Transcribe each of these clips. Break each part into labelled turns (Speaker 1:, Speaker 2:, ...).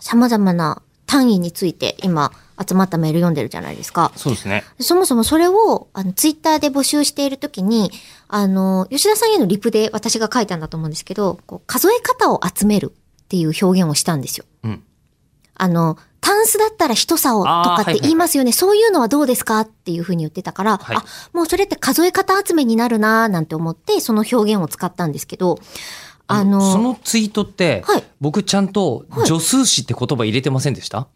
Speaker 1: 様々な単位について今集まったメール読んでるじゃないですか。
Speaker 2: そうですね。
Speaker 1: そもそもそれをあのツイッターで募集しているときに、あの、吉田さんへのリプで私が書いたんだと思うんですけど、こう数え方を集めるっていう表現をしたんですよ。
Speaker 2: うん
Speaker 1: あの、タンスだったら一さをと
Speaker 2: あー
Speaker 1: かって言いますよね。そういうのはどうですかっていうふうに言ってたから、
Speaker 2: はい
Speaker 1: あ、もうそれって数え方集めになるなーなんて思って、その表現を使ったんですけど、あの、
Speaker 2: そのツイートって、
Speaker 1: はい
Speaker 2: 僕ちゃんと
Speaker 1: はい
Speaker 2: 助数詞って言葉入れてませんでした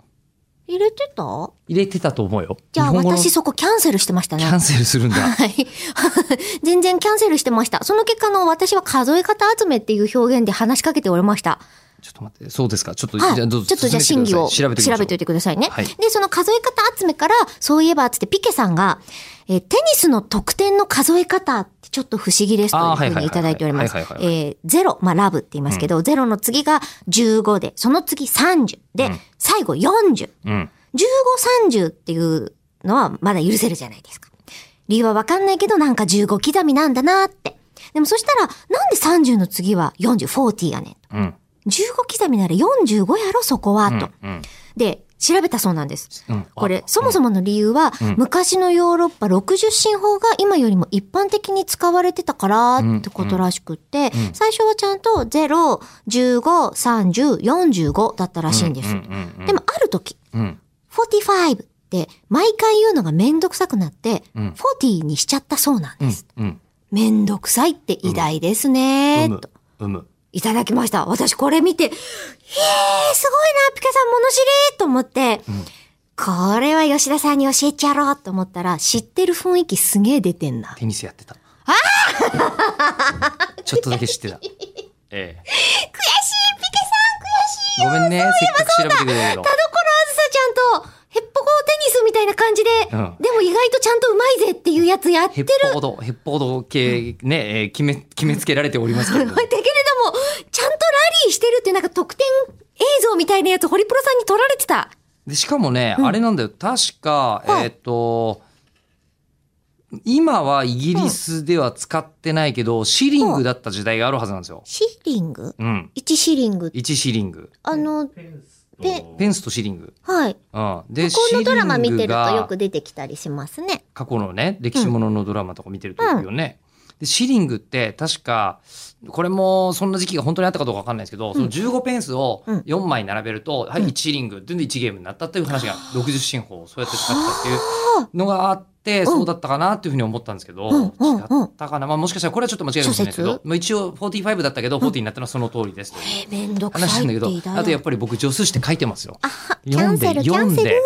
Speaker 1: 入れてた
Speaker 2: 入れてたと思うよ。
Speaker 1: じゃあ
Speaker 2: 日本語の
Speaker 1: 私そこキャンセルしてました
Speaker 2: キ
Speaker 1: ね。
Speaker 2: ャンセルするんだ。
Speaker 1: はい。 全然キャンセルしてました。その結果の私は数え方集めっていう表現で話しかけておりました。
Speaker 2: ちょっと待って、そうですか。ちょっと、
Speaker 1: はい。
Speaker 2: じ
Speaker 1: ち
Speaker 2: ゃあど
Speaker 1: ょ
Speaker 2: う
Speaker 1: っ
Speaker 2: ぞ
Speaker 1: とじゃあ
Speaker 2: 進
Speaker 1: 審
Speaker 2: めて
Speaker 1: 議を
Speaker 2: ください
Speaker 1: 調べてお
Speaker 2: おい
Speaker 1: いてくださいね。
Speaker 2: はい
Speaker 1: で、その数え方集めから、そういえば、つってピケさんが、えーテニスの得点の数え方ってちょっと不思議ですと
Speaker 2: あ
Speaker 1: い
Speaker 2: ー
Speaker 1: うふうにいただいております。
Speaker 2: は
Speaker 1: え
Speaker 2: いはいはいはい
Speaker 1: ーゼロ、まあラブって言いますけど、ゼロの次が15で、その次30で、
Speaker 2: うん
Speaker 1: 最後40。
Speaker 2: うん。
Speaker 1: 15、30っていうのはまだ許せるじゃないですか。理由はわかんないけど、なんか15刻みなんだなって。でもそしたら、なんで30の次は40、40やねん。
Speaker 2: うん。
Speaker 1: 15刻みなら45やろ、そこは、と。
Speaker 2: うん。
Speaker 1: で、調べたそうなんです。
Speaker 2: うん。
Speaker 1: これ、そ
Speaker 2: も
Speaker 1: もそもの理由は、
Speaker 2: うん
Speaker 1: 昔のヨーロッパ60進法が今よりも一般的に使われてたからってことらしくって、
Speaker 2: うんうん
Speaker 1: 最初はちゃんと0、15、30、45だったらしいんです。でも、ある時、
Speaker 2: うん。
Speaker 1: 45って毎回言うのがめんどくさくなって、
Speaker 2: うん
Speaker 1: 40にしちゃったそうなん
Speaker 2: う
Speaker 1: で
Speaker 2: ん
Speaker 1: す。。
Speaker 2: うん。
Speaker 1: めんどくさいって偉大ですね、
Speaker 2: うむ
Speaker 1: と。。
Speaker 2: うむ。
Speaker 1: いただきました。私これ見て、へえ、すごいな、ピカさん物知りと思って、これは吉田さんに教えてやろうと思ったら、知ってる雰囲気すげえ出てんな。
Speaker 2: テニスやってた。ちょっとだけ知ってた。ええ。悔しい、ピケさん、悔しい。ごめんね、せっかく調べてくれたけど。
Speaker 1: 田所あずさちゃんと、ヘッポコテニスみたいな感じで、
Speaker 2: うん
Speaker 1: でも意外とちゃんとうまいぜっていうやつやって
Speaker 2: ヘッ
Speaker 1: る。
Speaker 2: ポード、ヘッポード系、ね、えー決め、決めつけられておりますけれども
Speaker 1: だ。けれども、ちゃんとラリーしてるっていうなんか特典映像みたいなやつ、ホリプロさんに撮られてた。
Speaker 2: で、しかもね、あれなんだよ。確か、
Speaker 1: はい
Speaker 2: えーっ、と、今はイギリスでは使ってないけど、シリングだった時代があるはずなんですよ。
Speaker 1: シーリング
Speaker 2: うん。
Speaker 1: 一シーリング。
Speaker 2: 1シリング。
Speaker 1: あの、で、
Speaker 2: ペンスとシリング。
Speaker 1: はい。
Speaker 2: うん。で、
Speaker 1: 向こうのドラマ見てるとよ
Speaker 2: シリングが
Speaker 1: く出てきたりしますね。
Speaker 2: 過去のね、歴史もののドラマとか見てるとよくよね。で、シリングって確か、これもそんな時期が本当にあったかどうかわかんないですけど、その15ペンスを
Speaker 1: うん
Speaker 2: 4枚並べると、はい、1シリング、全然1ゲームになったっていう話が、60進法をそうやって使ったっていうのがあって、そうだったかなっていうふうに思ったんですけど、
Speaker 1: うん
Speaker 2: 違
Speaker 1: うんうん
Speaker 2: ったかな。まあもしかしたらこれはちょっと間違いかもしれないですけ
Speaker 1: 諸
Speaker 2: ど、
Speaker 1: 説
Speaker 2: まあ一応45だったけど、40になったのはその通りですという
Speaker 1: えー、めんどく
Speaker 2: 話
Speaker 1: さ
Speaker 2: ないん
Speaker 1: って
Speaker 2: だけど
Speaker 1: 言い、だ
Speaker 2: あとやっ
Speaker 1: よ。
Speaker 2: ぱり僕、助数して書いてますよ。
Speaker 1: あは、キャ
Speaker 2: 読ん
Speaker 1: ン
Speaker 2: で
Speaker 1: セル、キャ
Speaker 2: 読
Speaker 1: ン
Speaker 2: ん
Speaker 1: セル
Speaker 2: で。